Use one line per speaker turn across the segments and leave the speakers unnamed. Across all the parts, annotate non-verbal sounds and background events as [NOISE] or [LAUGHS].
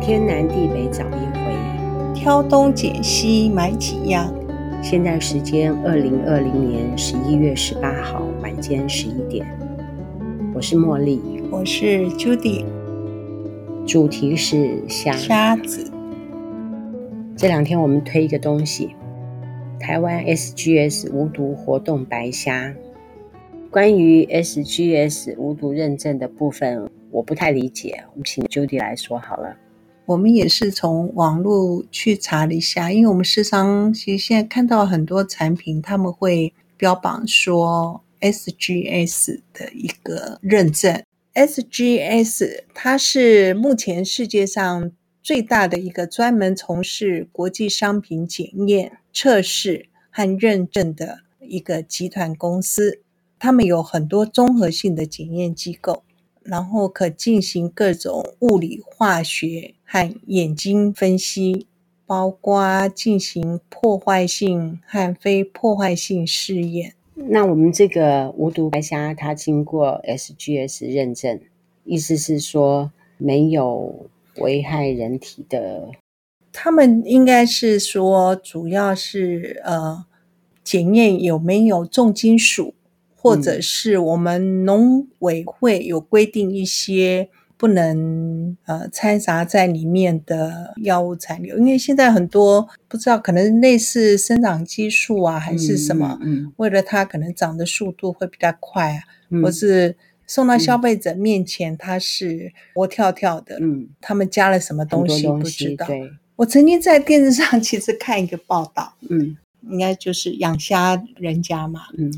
天南地北找一回。
挑东拣西买几样。
现在时间二零二零年十一月十八号晚间十一点，我是茉莉，
我是 Judy
主题是虾。
瞎子，
这两天我们推一个东西，台湾 SGS 无毒活动白虾。关于 SGS 无毒认证的部分，我不太理解，我们请 Judy 来说好了。
我们也是从网络去查了一下，因为我们市商其实现在看到很多产品，他们会标榜说 SGS 的一个认证。SGS 它是目前世界上最大的一个专门从事国际商品检验、测试和认证的一个集团公司，他们有很多综合性的检验机构。然后可进行各种物理、化学和眼睛分析，包括进行破坏性和非破坏性试验。
那我们这个无毒白虾，它经过 SGS 认证，意思是说没有危害人体的。
他们应该是说，主要是呃，检验有没有重金属，或
嗯
者是我们农委会有规定一些不能呃掺杂在里面的药物残留，因为现在很多不知道可能类似生长激素啊，还是什么，
嗯？
为了它可能长的速度会比较快啊，
嗯，
或是送到
嗯
消费者面前，它是活跳跳的，
嗯，
他们加了什么
很
东
多
西
东
不知
西
道。
对，
我曾经在电视上其实看一个报道，
嗯
应该就是养虾人家嘛。
嗯，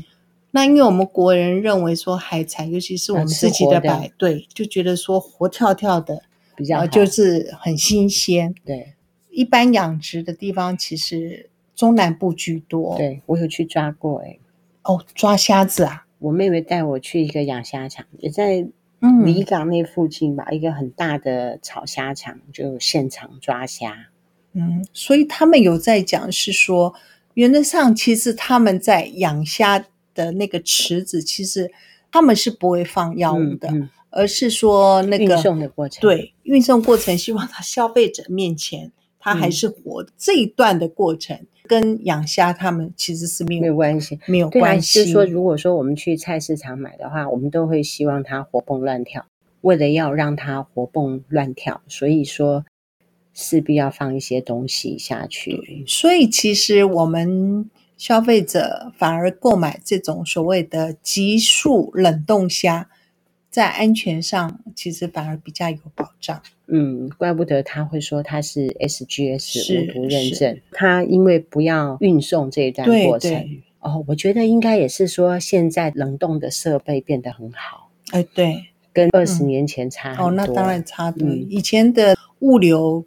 那因为我们国人认为说海产，尤其是我们
啊吃
自己
活
的
的
摆对，就觉得说活跳跳的，
比较
然
好
后就是很新鲜。
对
一般养殖的地方其实中南部居多。，
对，我有去抓过哎、
哦，抓虾子啊，
我妹妹带我去一个养虾场，也在
嗯，
离港那附近吧，一个很大的炒虾场，就现场抓虾。
嗯，所以他们有在讲是说，原则上其实他们在养虾的那个池子，其实他们是不会放药物的，
嗯
而是说那
嗯运
个
送的过程，，
对运送过程，希望它消费者面前它还
嗯
是活的、这一段的过程，跟养虾他们其实是没有
没有关系。
没有
对啊，
关
就是
系。
说，如果说我们去菜市场买的话，我们都会希望它活蹦乱跳。为了要让它活蹦乱跳，所以说势必要放一些东西下去。
所以其实我们消费者反而购买这种所谓的急速冷冻虾，在安全上其实反而比较有保障。
嗯，怪不得他会说它是 SGS 无
是
毒认
是
证。它因为不要运送这一段
对
过程，
对，
哦，我觉得应该也是说现在冷冻的设备变得很好，
哎对，
跟二十
嗯
年前差很多。
哦那当然差多。
嗯
以前的物流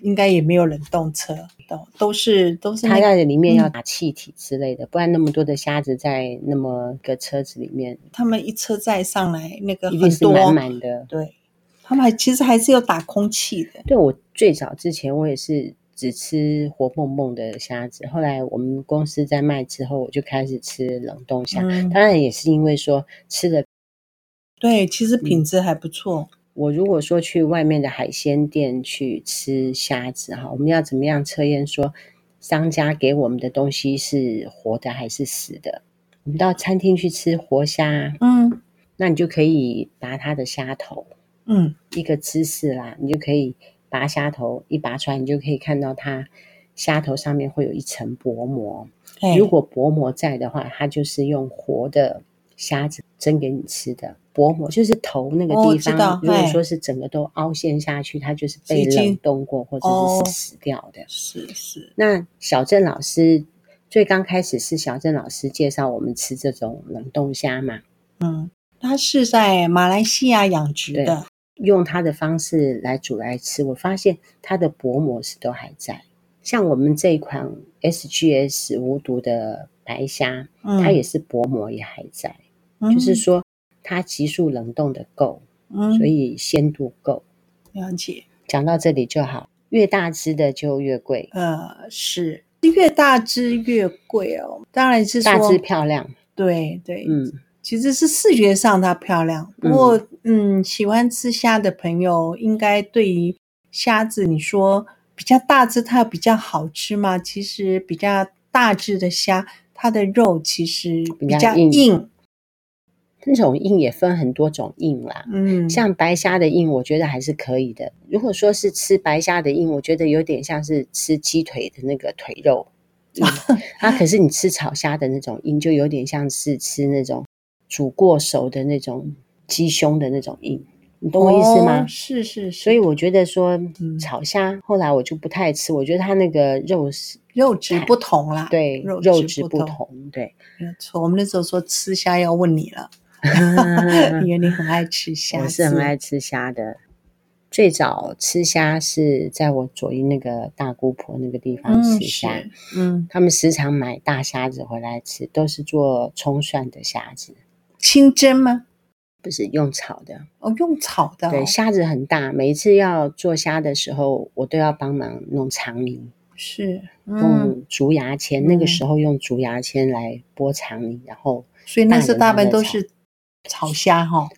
应该也没有冷冻车，都都是都是
它
那
在里面要
嗯
打气体之类的，不然那么多的虾子在那么个车子里面，
他们一车载上来那个
一定
很
是
多，
满满的。
对他们还其实还是有打空气的。
对我最早之前我也是只吃活蹦蹦的虾子，后来我们公司在卖之后，我就开始吃冷冻虾。
嗯，
当然也是因为说吃的，
对，其
嗯
实品质还不错。
我如果说去外面的海鲜店去吃虾子哈，我们要怎么样测验说商家给我们的东西是活的还是死的？我们到餐厅去吃活虾，
嗯
那你就可以拔它的虾头，
嗯。
一个姿势啦，你就可以拔虾头，一拔出来，你就可以看到它虾头上面会有一层薄膜。
哎
如果薄膜在的话，它就是用活的虾子蒸给你吃的。薄膜就是头那个
哦我
地
知
方，
道
如果
嘿
说是整个都凹陷下去，它就是被
已经
冷冻过或者
哦
是死掉的。
是是，
那小郑老师最刚开始是小郑老师介绍我们吃这种冷冻虾嘛，
嗯，它是在马来西亚养殖
对
的，
用它的方式来煮来吃，我发现它的薄膜是都还在。像我们这一款 SGS 无毒的白虾，
嗯，
它也是薄膜也还在，
就
就是，说它急速冷冻的够，
嗯，
所以鲜度够。
了解，
讲到这里就好，越大只的就越贵，
呃，是越大只越贵哦，当然是说
大只漂亮。
对对，
嗯，
其实是视觉嗯上它漂亮，不过嗯喜欢吃虾的朋友应该对于虾子，你说比较大只它比较好吃吗？其实比较大只的虾，它的肉其实
比
比
较
较
硬
硬
那种硬也分很多种硬啦，
嗯，
像白虾的硬，我觉得还是可以的。如果说是吃白虾的硬，我觉得有点像是吃鸡腿的那个腿肉
哦
硬啊。可是你吃炒虾的那种硬，就有点像是吃那种煮过熟的那种鸡胸的那种硬，你懂我意思吗？
哦是是，
所以我觉得说
嗯
炒虾，后来我就不太吃，我觉得它那个肉是
肉质不同啦，
对
肉
肉
质
质
不
不
同
同，
[LAUGHS]
对。 [LAUGHS]
没有错。我们那时候说吃虾要问你了，因为你很爱吃虾，
嗯我是很爱。吃虾的。最早吃虾是在我左一那个大姑婆那个地方
嗯，
吃虾，
是，嗯，
他们时常买大虾子回来吃，都是做葱蒜的虾子，
清蒸吗？
不是用炒的。
哦，用炒的哦、
对，虾子很大，每一次要做虾的时候，我都要帮忙弄肠泥，
是，嗯，
用竹牙签。
嗯
那个时候用竹牙签来剥肠泥，然后
所以那时候大
大
半
人
都
炒
是炒虾哈、哦，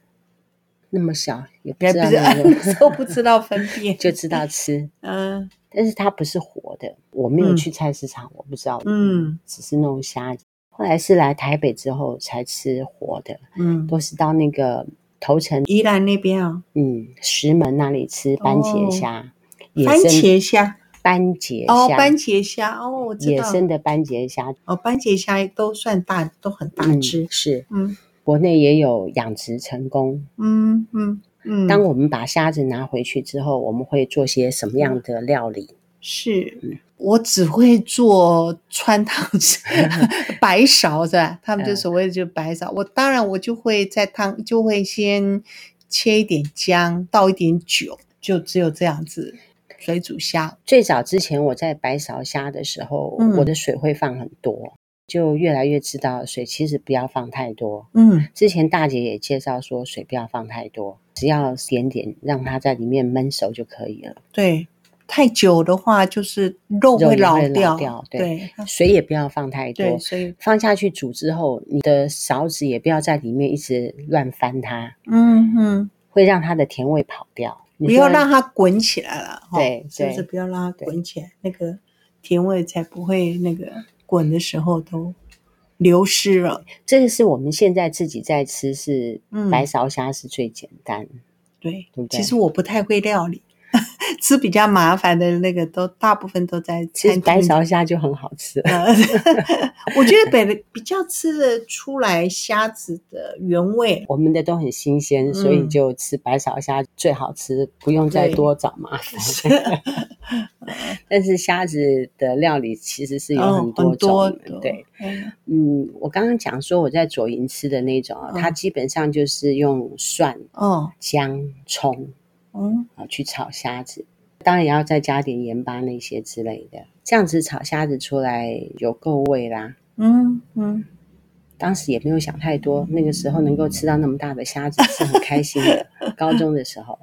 那么小也不
也
知
不
道
是
那
[LAUGHS] 那时候
个，
不知道分
[LAUGHS]
辨，
就知道吃。
嗯
但是它不是活的，我没有
嗯
去菜市场，我不知道，
嗯
只是弄虾子。后来是来台北之后才吃活的，
嗯，
都是到那个头城
宜兰那边啊、
嗯石门那里吃番茄虾，野
哦番
生
茄虾
番茄
哦，
虾，
番茄虾哦，我知
野
道，
生的番茄虾，
哦，番茄虾都算大，都很大
嗯
只，
是
嗯
国内也有养殖成功。
嗯嗯嗯，
当我们把虾子拿回去之后，我们会做些什么
嗯
样的料理？
是我只会做穿烫式白勺是吧？他们就
嗯
所谓的就白勺。我当然我就会在汤，就会先切一点姜，倒一点酒，就只有这样子水煮虾。
最早之前我在白勺虾的时候，
嗯
我的水会放很多，就越来越知道水其实不要放太多。
嗯
之前大姐也介绍说，水不要放太多，只要点点，让它在里面焖熟就可以了。
对，太久的话就是肉
肉
会
也
老
会老
掉。
掉对
对它
水也不要放太
啊对，
多，
所以
放下去煮之后，你的勺子也不要在里面一直乱翻它，
嗯嗯，
会让它的甜味跑掉。你
不
说
要让它滚起来了。哦
对
是不是
对
不要让它
对
滚起来？那个甜味才不会那个滚的时候都流失了。
这个是我们现在自己在吃，是
嗯
白勺虾是最简单。
对，
对不
其
对
实我不太会料理， [LAUGHS] 吃比较麻烦的那个都大部分都在
其实
餐
白
厅。
勺虾就很好吃了。
呃我觉得北比较吃得出来虾子的原
[LAUGHS]
味，
我们的都很新鲜，所以
嗯
就吃白勺虾最好吃，不用再
对
多找麻
[LAUGHS]
烦。但是虾子的料理其实是有
嗯
很多种
多
的，对，，
嗯
嗯，我刚刚讲说我在左营吃的那种啊，
嗯
它基本上就是用蒜、
哦，
姜、葱
嗯
啊去炒虾子，当然也要再加点盐巴那些之类的，这样子炒虾子出来有够味啦。
嗯嗯，
当时也没有想太多，那个时候能够吃到那么大的虾子是很开心
[LAUGHS]
的。高中的时候，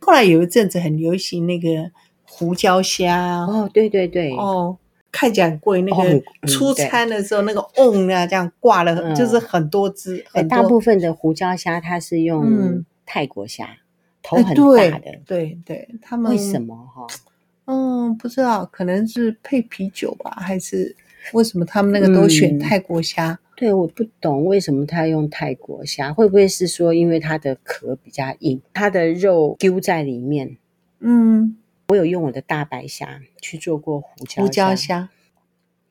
后来有一阵子很流行那个胡椒虾，啊
哦，对对对，
哦，看起来很贵，那
哦很
个
嗯
出
对
餐的时候那个瓮啊这样挂了，
嗯
就是很多只，
哎
很
大
多
部分的胡椒虾它是
嗯
用泰国虾，头
哎
很
对
大的，
对对，他们
为什么哈？
嗯，不知道，可能是配啤酒吧，还是为什么他们那个都选
嗯
泰国虾？
对，我不懂为什么他用泰国虾，会不会是说因为它的壳比较硬，它的肉丢在里面？
嗯，
我有用我的大白虾去做过胡椒
胡椒，虾，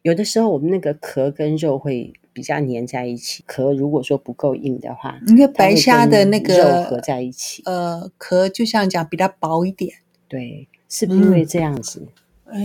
有的时候我们那个壳跟肉会比较粘在一起，壳如果说不够硬的话，
因为
它会
白虾的
跟
那
肉合
个
在一起，
呃壳，就像讲比较薄一点，
对，是不是因为
嗯
这样子？
哎。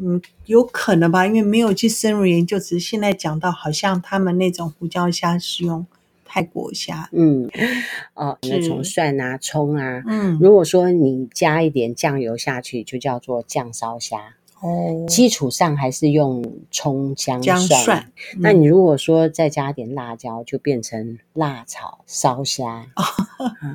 嗯，有可能吧，因为没有去深入研究，只是现在讲到，好像他们那种胡椒虾是用泰国虾，
嗯， [LAUGHS] 哦，那
是
种蒜啊、葱啊，
嗯，
如果说你加一点酱油下去，就叫做酱烧虾。
哦，
基础上还是用葱、姜、
姜
蒜。
蒜，
那
嗯
你如果说再加点辣椒，就变成辣炒烧虾。
哦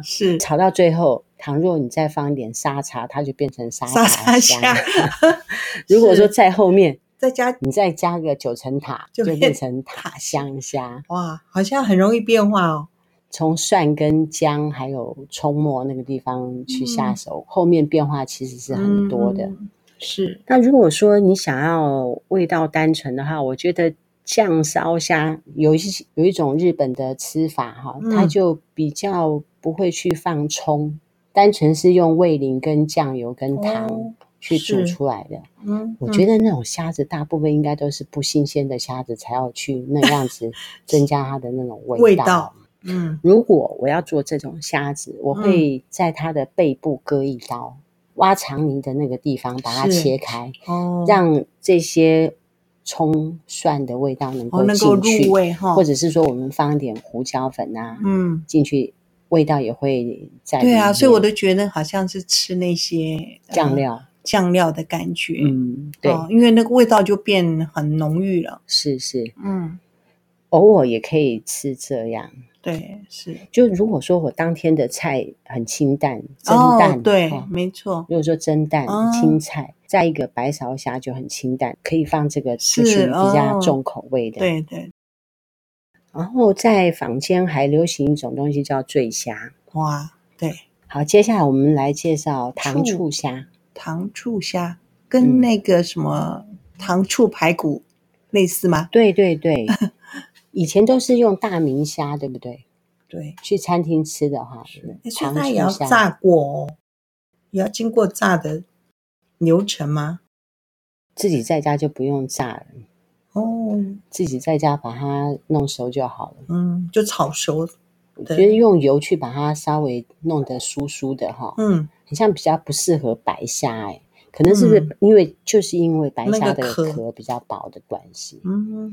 是
炒到最后，倘若你再放一点沙茶，它就变成沙
沙
茶
沙
虾，
虾。
[LAUGHS]
[LAUGHS]
如果说
是
在后面
再加
你再加个九层塔，
就
就
变
变成塔香虾。
哇，好像很容易变化哦，
从蒜跟姜还有葱末那个地方去下手，后面变化其实是很多的。
嗯是
那如果说你想要味道单纯的话，我觉得酱烧虾有一些有一种日本的吃法哈，
嗯
它就比较不会去放葱，单纯是用味淋跟酱油跟
哦
糖去煮
是
出来的。
嗯，
我
嗯
觉得那种虾子大部分应该都是不新鲜的虾子才要去那样子 [LAUGHS] 增加它的那种
味道，嗯
如果我要做这种虾子，我会在它的背部割一刀，挖肠泥的那个地方把它
是
切开，
哦，
让这些葱蒜的味道能
哦
够
能够
进去，
入味哈，
或者是说我们放一点胡椒粉啊、
嗯，
进去，味道也会在里
对
面。
啊，所以我都觉得好像是吃那些呃
酱料，
酱料的感觉，
嗯，对，
哦，因为那个味道就变很浓郁了，
是是，
嗯，
偶尔也可以吃这样。
对，是
就如果说我当天的菜很清淡，蒸
哦
蛋，
对
哦，
没错，
如果说蒸蛋、
哦
青菜，再一个白苕虾就很清淡，可以放这个是
是
属于比较
哦
重口味的。，
对对，
然后在坊间还流行一种东西叫醉虾。
哇，对，
好，接下来我们来介绍糖
醋
醋虾。
糖醋
嗯
虾跟那个什么糖醋排骨类似吗？
对对
[LAUGHS]
对，以前都是用大明虾，对不对？
对，
去餐厅吃的哈，嗯
诶哎所以
糖
它也要
醋虾
炸过哦，也要经过炸的流程吗？
自己在家就不用炸了，
哦，
自己在家把它弄熟就好了。
嗯，就炒熟，
我
对
觉得用油去把它稍微弄得酥酥的哈，
嗯，
很像比较不适合白虾哎、可能是不是因为、就是因为白虾
嗯那
的
个壳
壳比较薄的关系？
嗯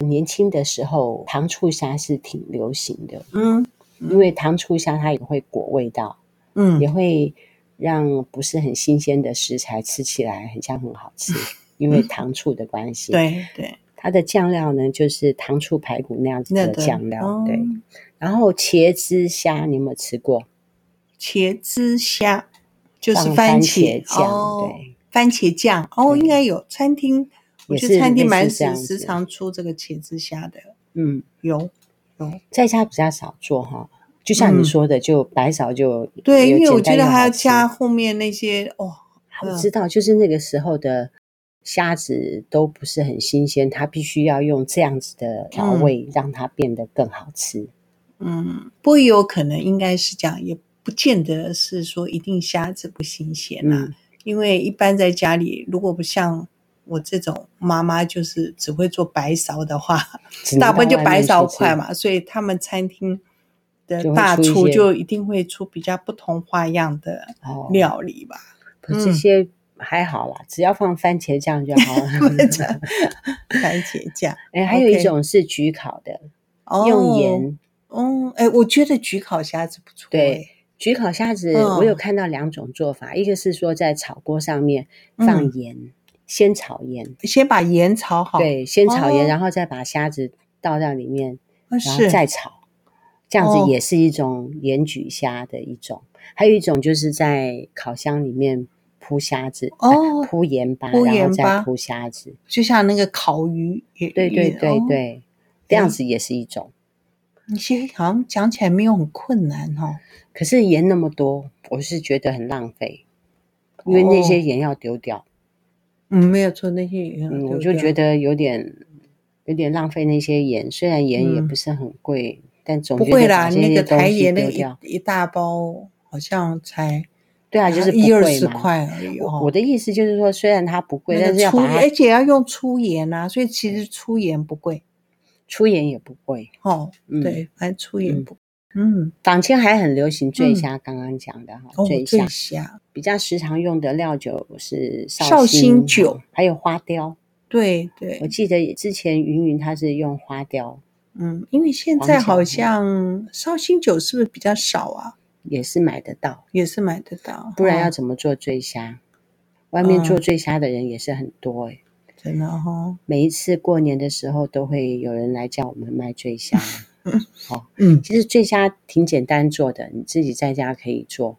年轻的时候糖醋虾是挺流行的，
嗯
因为糖醋虾它也会裹味道，也
嗯，
会让不是很新鲜的食材吃起来很像很好
[LAUGHS]
吃，因为糖醋的关系。，
对对，
它的酱料呢就是糖醋排骨那样子
那
的
个
酱料，
哦
对。然后茄汁虾你有没有吃过？
茄子虾就是
放
番
番
茄
茄酱
哦
对
番茄酱哦，
对
应该有餐厅，我
也
觉
是
得餐厅
类似
蛮
这样
时
子
时常出这个茄子虾的，
嗯，
有
在家比较少做哈，就像你
嗯
说的，就白芍就
对，
也
因为我
简单
觉得
又
还
好
要
吃
加，后面那些哦，
我知道就是那个时候的虾子都不是很新鲜，它必须要用这样子的调味、让它变得更好吃。
嗯，不过也有可能应该是这样，也不见得是说一定虾子不新鲜啦、
嗯
因为一般在家里，如果不像我这种妈妈，就是只会做白勺
[LAUGHS]
的话，
只能
大部分
到
就
外
白
面去
勺
吃
块。嘛，所以他们餐厅的
就会
大
出一
厨
些
就一定会出比较不同花样的
哦，
料理吧。
可这
嗯
些还好啦，只要放番茄酱就好
[LAUGHS]
了。
番茄酱，
[LAUGHS] 哎，还有一
OK
种是焗烤的，[LAUGHS]
哦
用盐。
哦，哎，我觉得焗烤虾子不错，
对
哎，
焗烤虾子，
嗯
我有看到两种做法，一个是说在炒锅上面
嗯
放盐，先炒盐，
先把盐炒好，
对，先炒盐，
哦
然后再把虾子倒到里面，
啊，
然后
是
再炒，这样
哦
子也是一种盐焗虾的一种。还有一种就是在烤箱里面铺虾子，
哦
呃铺盐巴，
铺
然
盐
后
巴
再铺虾子，
就像那个烤鱼也，
对对
也
对，
哦
对，这样子也是一种。
你其实好像讲起来没有很困难哦。
可是盐那么多，我是觉得很浪费，因为那些
哦
盐要丢掉。
嗯，没有做那些啊也很
嗯，我就
丢掉
觉得有点有点浪费那些盐，虽然盐也
嗯
不是很贵，但总
不
觉得
会
把
啦，
这
那
些
个
东
台
西
盐那
丢
个
掉，
一一大包好像才
对啊，就是不
一二
贵
十
嘛。
块而已哦。
我的意思就是说，虽然它不贵，
那
但
个
是要
粗
把
盐，
它
而且要用粗盐啊，所以其实粗盐不贵
出盐也不贵。
哦。
嗯，，
对，反正粗
嗯
盐不，嗯，
坊间还很流行醉
嗯
虾，刚刚讲的哈，
哦，
醉虾
醉虾，
比较时常用的料酒是
绍
绍
兴酒，
还有花雕。
对
我
对，
记得之前云云她是用花雕，
嗯，因为现
黄
在
酒
好
嗯
像绍兴酒是不是比较少啊？
也是买得到，
也是买得到，
不然
哦
要怎么做醉虾？外面做
嗯
醉虾的人也是很多哎、
真的哦，
每一次过年的时候，都会有人来叫我们卖醉虾。
[LAUGHS]
哦
嗯
其实醉虾挺简单做的，你自己在家可以做。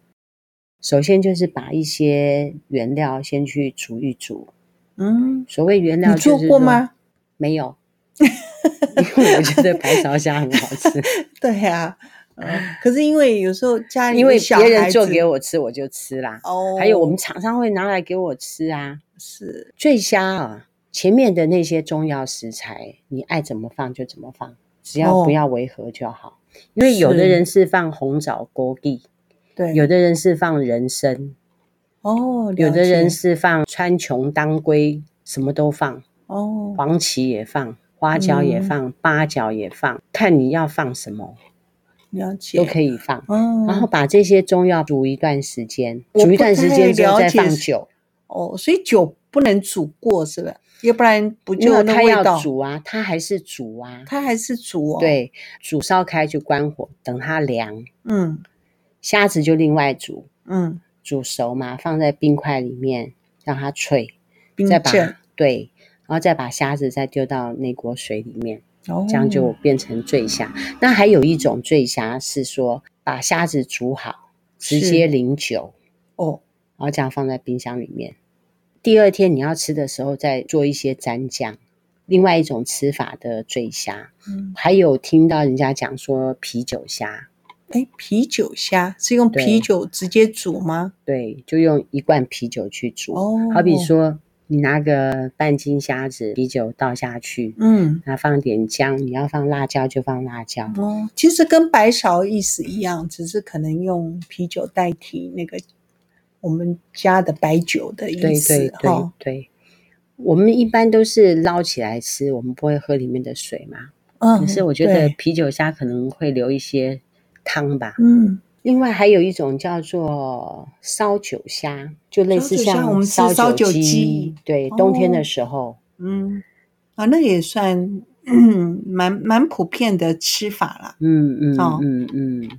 首先就是把一些原料先去煮一煮。
嗯，
所谓原料
你
就是
做
说
过吗？？ [LAUGHS]
没有， [LAUGHS] 因为我觉得
[LAUGHS]
白烧虾很好吃，
对呀、嗯可是因为有时候家里
因为
小
别人
孩
做
子
给我吃我就吃啦。
哦，
还有我们厂商会拿来给我吃啊，
是
醉虾啊，前面的那些中药食材，你爱怎么放就怎么放，只要
哦
不要违和就好。因为有的
是
人是放红枣、枸杞，
对
有的人是放人参，
哦，
有
了
的人
解
是放川穹、当归，什么都放，
哦，
黄芪也放，花椒也
嗯
放，八角也放，看你要放什么
了解
都可以放。
嗯，
然后把这些中药煮一段时间，
我
煮一
不
段时
太
间之后
了
再
解
放
是
酒，
哦，所以酒不能煮过是吧？要不然不
因
就
为
那
它
味
要
道？
煮啊，它还是煮啊，
它还是煮哦，，
对，煮烧开就关火，等它凉，
嗯
虾子就另外煮，
嗯，
煮熟嘛，放在冰块里面让它脆，
冰
再把
镇，
对，然后再把虾子再丢到那锅水里面，
哦
这样就变成醉虾。那还有一种醉虾是说把虾子煮好，直
是
接淋酒，
哦，
然后这样放在冰箱里面。第二天你要吃的时候再做一些蘸酱。另外一种吃法的醉虾，
嗯，
还有听到人家讲说啤酒虾，
哎，啤酒虾是用
对
啤酒直接煮吗？
对，就用一罐啤酒去煮。
哦，
好比，说你拿个半斤虾子，啤酒倒下去，
嗯，
那放点姜，你要放辣椒就放辣椒。
哦，其实跟白芍意思一样，只是可能用啤酒代替那个我们家的白酒的
对
意
对
思哦
对
哈，
对，我们一般都是捞起来吃，我们不会喝里面的水嘛。
嗯，
可是我觉得
对，
啤酒虾可能会留一些汤吧。
嗯，
另外还有一种叫做烧酒虾，就类似
烧酒虾我
像
们吃烧酒
酒
鸡
对，冬天
哦
的时候，
嗯，啊，那也算嗯蛮蛮普遍的吃法啦。
嗯嗯
哦
嗯嗯，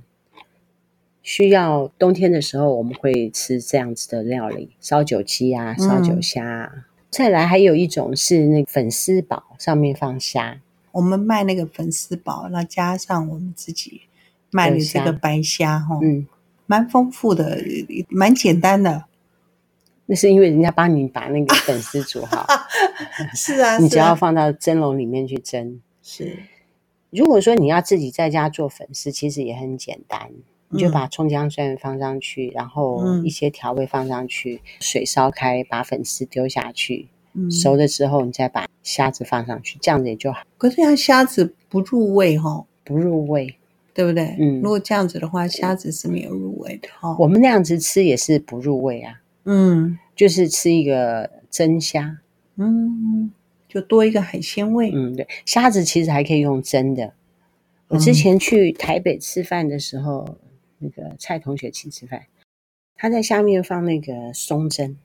需要冬天的时候，我们会吃这样子的料理，烧酒鸡啊，烧酒
嗯
虾啊、再来还有一种是那个粉丝煲，上面放虾，
我们卖那个粉丝煲，那加上我们自己卖的这个白虾，哈，
嗯，
蛮丰富的，蛮简
[LAUGHS]
单的。
那是因为人家帮你把那个粉丝煮
[LAUGHS]
好，
是啊，
你
是
只要
啊，
放到蒸笼里面去蒸。
是
如果说你要自己在家做粉丝，其实也很简单，你就
嗯
把葱姜蒜放上去，然后
嗯
一些调味放上去，水烧开，把粉丝丢下去，
嗯，
熟了之后，你再把虾子放上去，这样子也就好，
可是它虾子不入味，哈，
不入味。
对不对？
嗯
如果这样子的话，虾子是没有入味的，哈。
我们那样子吃也是不入味啊，
嗯
就是吃一个蒸虾。
嗯，就多一个海鲜味。
嗯，对，虾子其实还可以用蒸的。我之
嗯
前去台北吃饭的时候，那个蔡同学请吃饭，他在下面放那个松针，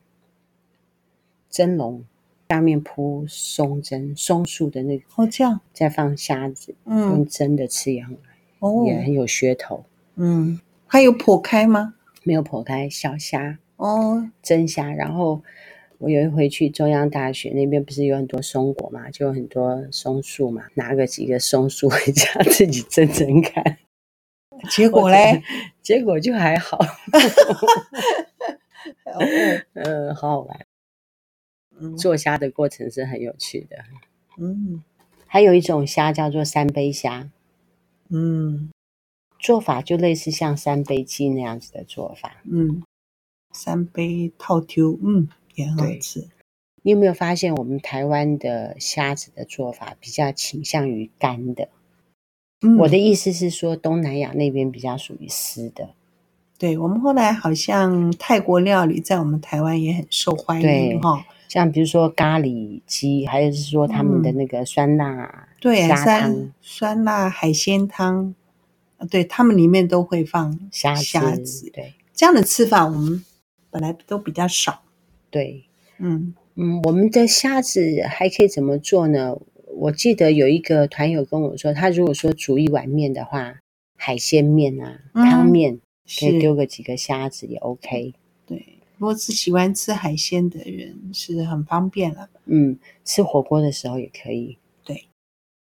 蒸笼下面铺松针，松树的那个，
哦，这样，
再放虾子，用
嗯，
蒸的吃也很
哦，
也很有噱头。
嗯，还有破开吗？
没有剖开小虾，
哦，
蒸虾。然后我有一回去中央大学那边，不是有很多松果嘛，就有很多松树嘛，拿个几个松树回家自己蒸蒸看，
结果嘞，
[LAUGHS] 结果就还好，
哦，
嗯，好好玩。
嗯
做虾的过程是很有趣的。
嗯
还有一种虾叫做三杯虾，
嗯
做法就类似像三杯鸡那样子的做法。
嗯，三杯套丢，嗯，也很好
对
吃。
你有没有发现，我们台湾的虾子的做法比较倾向于干的？
嗯，
我的意思是说，东南亚那边比较属于湿的，
对我们后来好像泰国料理在我们台湾也很受欢
对
迎哈。
像比如说咖喱鸡，还有是说他们的
嗯
那个酸辣
对，
虾
酸
汤，
酸辣海鲜汤，呃对他们里面都会放
虾
子。
子，对
这样的吃法我们本来都比较少。
对，
嗯
嗯，我们的虾子还可以怎么做呢？我记得有一个团友跟我说，他如果说煮一碗面的话，海鲜面啊、
嗯
汤面，可以
是
丢个几个虾子也 OK。
对，如果是喜欢吃海鲜的人是很方便了。
嗯，吃火锅的时候也可以。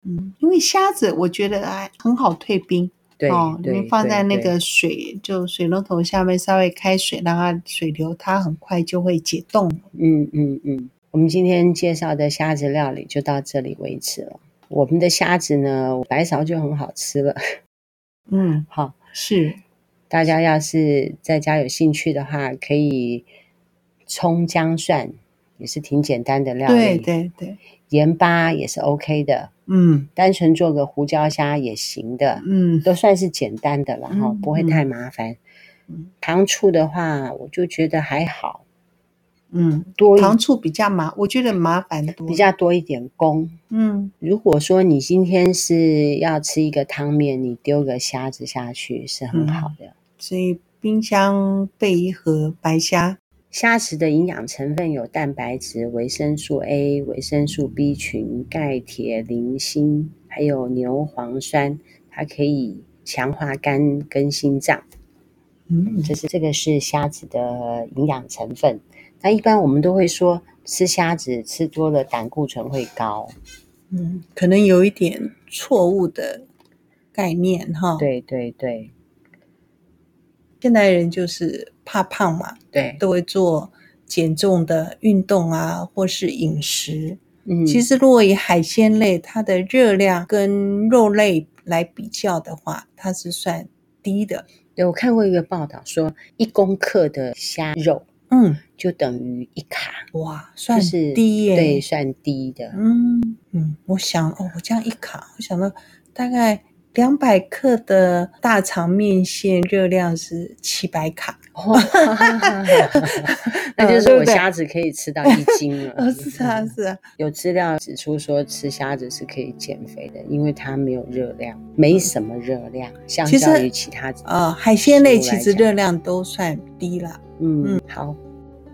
嗯，因为虾子我觉得哎很好退冰。
对
哦，
对，
你放
对
在那
对
个水，就水龙头下面稍微开水，让它水流，它很快就会解冻了。
嗯嗯嗯，我们今天介绍的虾子料理就到这里为止了。我们的虾子呢，白勺就很好吃了。 [LAUGHS]
嗯，
好，
是，
大家要是在家有兴趣的话，可以葱姜蒜也是挺简单的料
对
理，
对对，
盐巴也是 OK 的，
嗯
单纯做个胡椒虾也行的，
嗯
都算是简单的了哈、
嗯
不会太麻烦
嗯。
糖醋的话，我就觉得还好，
嗯，
多一
糖醋比较麻，我觉得麻烦多，
比较多一点工。
嗯
如果说你今天是要吃一个汤面，你丢个虾子下去是
嗯
很好的。
所以冰箱备一盒白虾，
虾子的营养成分有蛋白质、维生素 A、维生素 B 群、钙、铁、磷、锌，还有牛磺酸，它可以强化肝跟心脏。
嗯，
这是这个是虾子的营养成分。那一般我们都会说，吃虾子吃多了胆固醇会高。
嗯，可能有一点错误的概念哈。，
对对对
现代人就是怕胖嘛，
对，
都会做减重的运动啊，或是饮食。
嗯，
其实，如果以海鲜类，它的热量跟肉类来比较的话，它是算低的。
对我看过一个报道说，一公克的虾肉
嗯，
就等于一卡，
哇，
就
算
是
低耶、
对，算低的。
嗯嗯，我想哦，我这样一卡，我想到大概两百克的大肠面线热量是七百卡。
[LAUGHS] 哦那就是
嗯对
我
不对
虾子可以吃到一
[LAUGHS]
斤了
呃，。是啊，是啊，
有资料指出说，吃虾子是可以减肥的，因为它没有热量，没什么热量，相
其实
较于其他
呃，海鲜
食
类
物
其
来
实
讲
热量都算低啦。
嗯，好，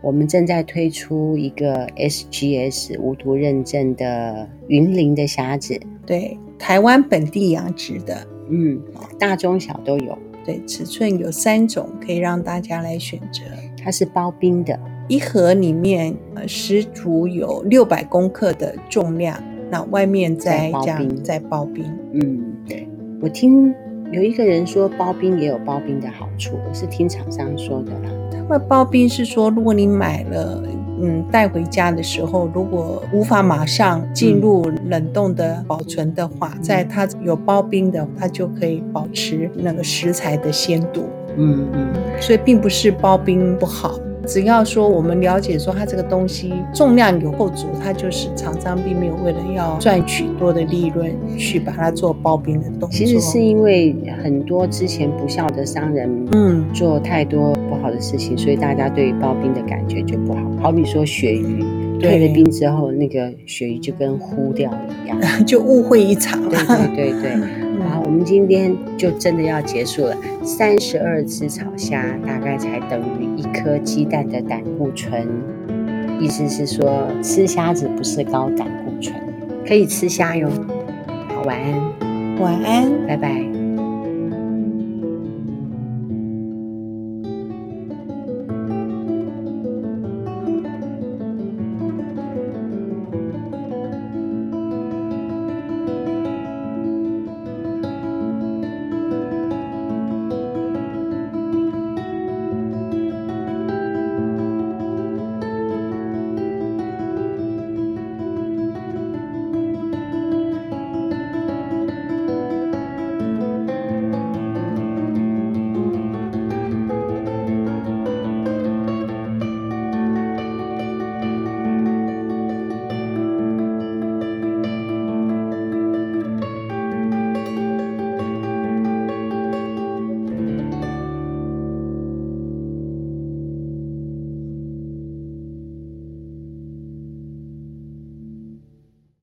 我们正在推出一个 SGS 无毒认证的云林的虾子，
对，台湾本地养殖的，
嗯，
哦
大中小都有，
对，尺寸有三种可以让大家来选择。
它是包冰的，
一盒里面呃十足有六百公克的重量，那外面再
再包
这样
冰
再刨冰。
嗯，对，我听有一个人说包冰也有包冰的好处，我是听厂商说的啦，
他们刨冰是说，如果你买了，嗯，带回家的时候，如果无法马上进入
嗯
冷冻的保存的话，在它有刨冰的，它就可以保持那个食材的鲜度。
嗯嗯，
所以并不是包冰不好，只要说我们了解说它这个东西重量有够足，它就是厂商并没有为了要赚取多的利润去把它做包冰的动作。
其实是因为很多之前不孝的商人。
嗯，
做太多不好的事情，所以大家对于刨冰的感觉就不好。好比说鳕鱼，
对
退了冰之后，那个鳕鱼就跟糊掉一样。
[LAUGHS] 就误会一场
对
了。
对对对，
嗯
好，我们今天就真的要结束了。三十二只炒虾大概才等于一颗鸡蛋的胆固醇，意思是说吃虾子不是高胆固醇，可以吃虾哟。好，晚安，
晚安。
拜拜。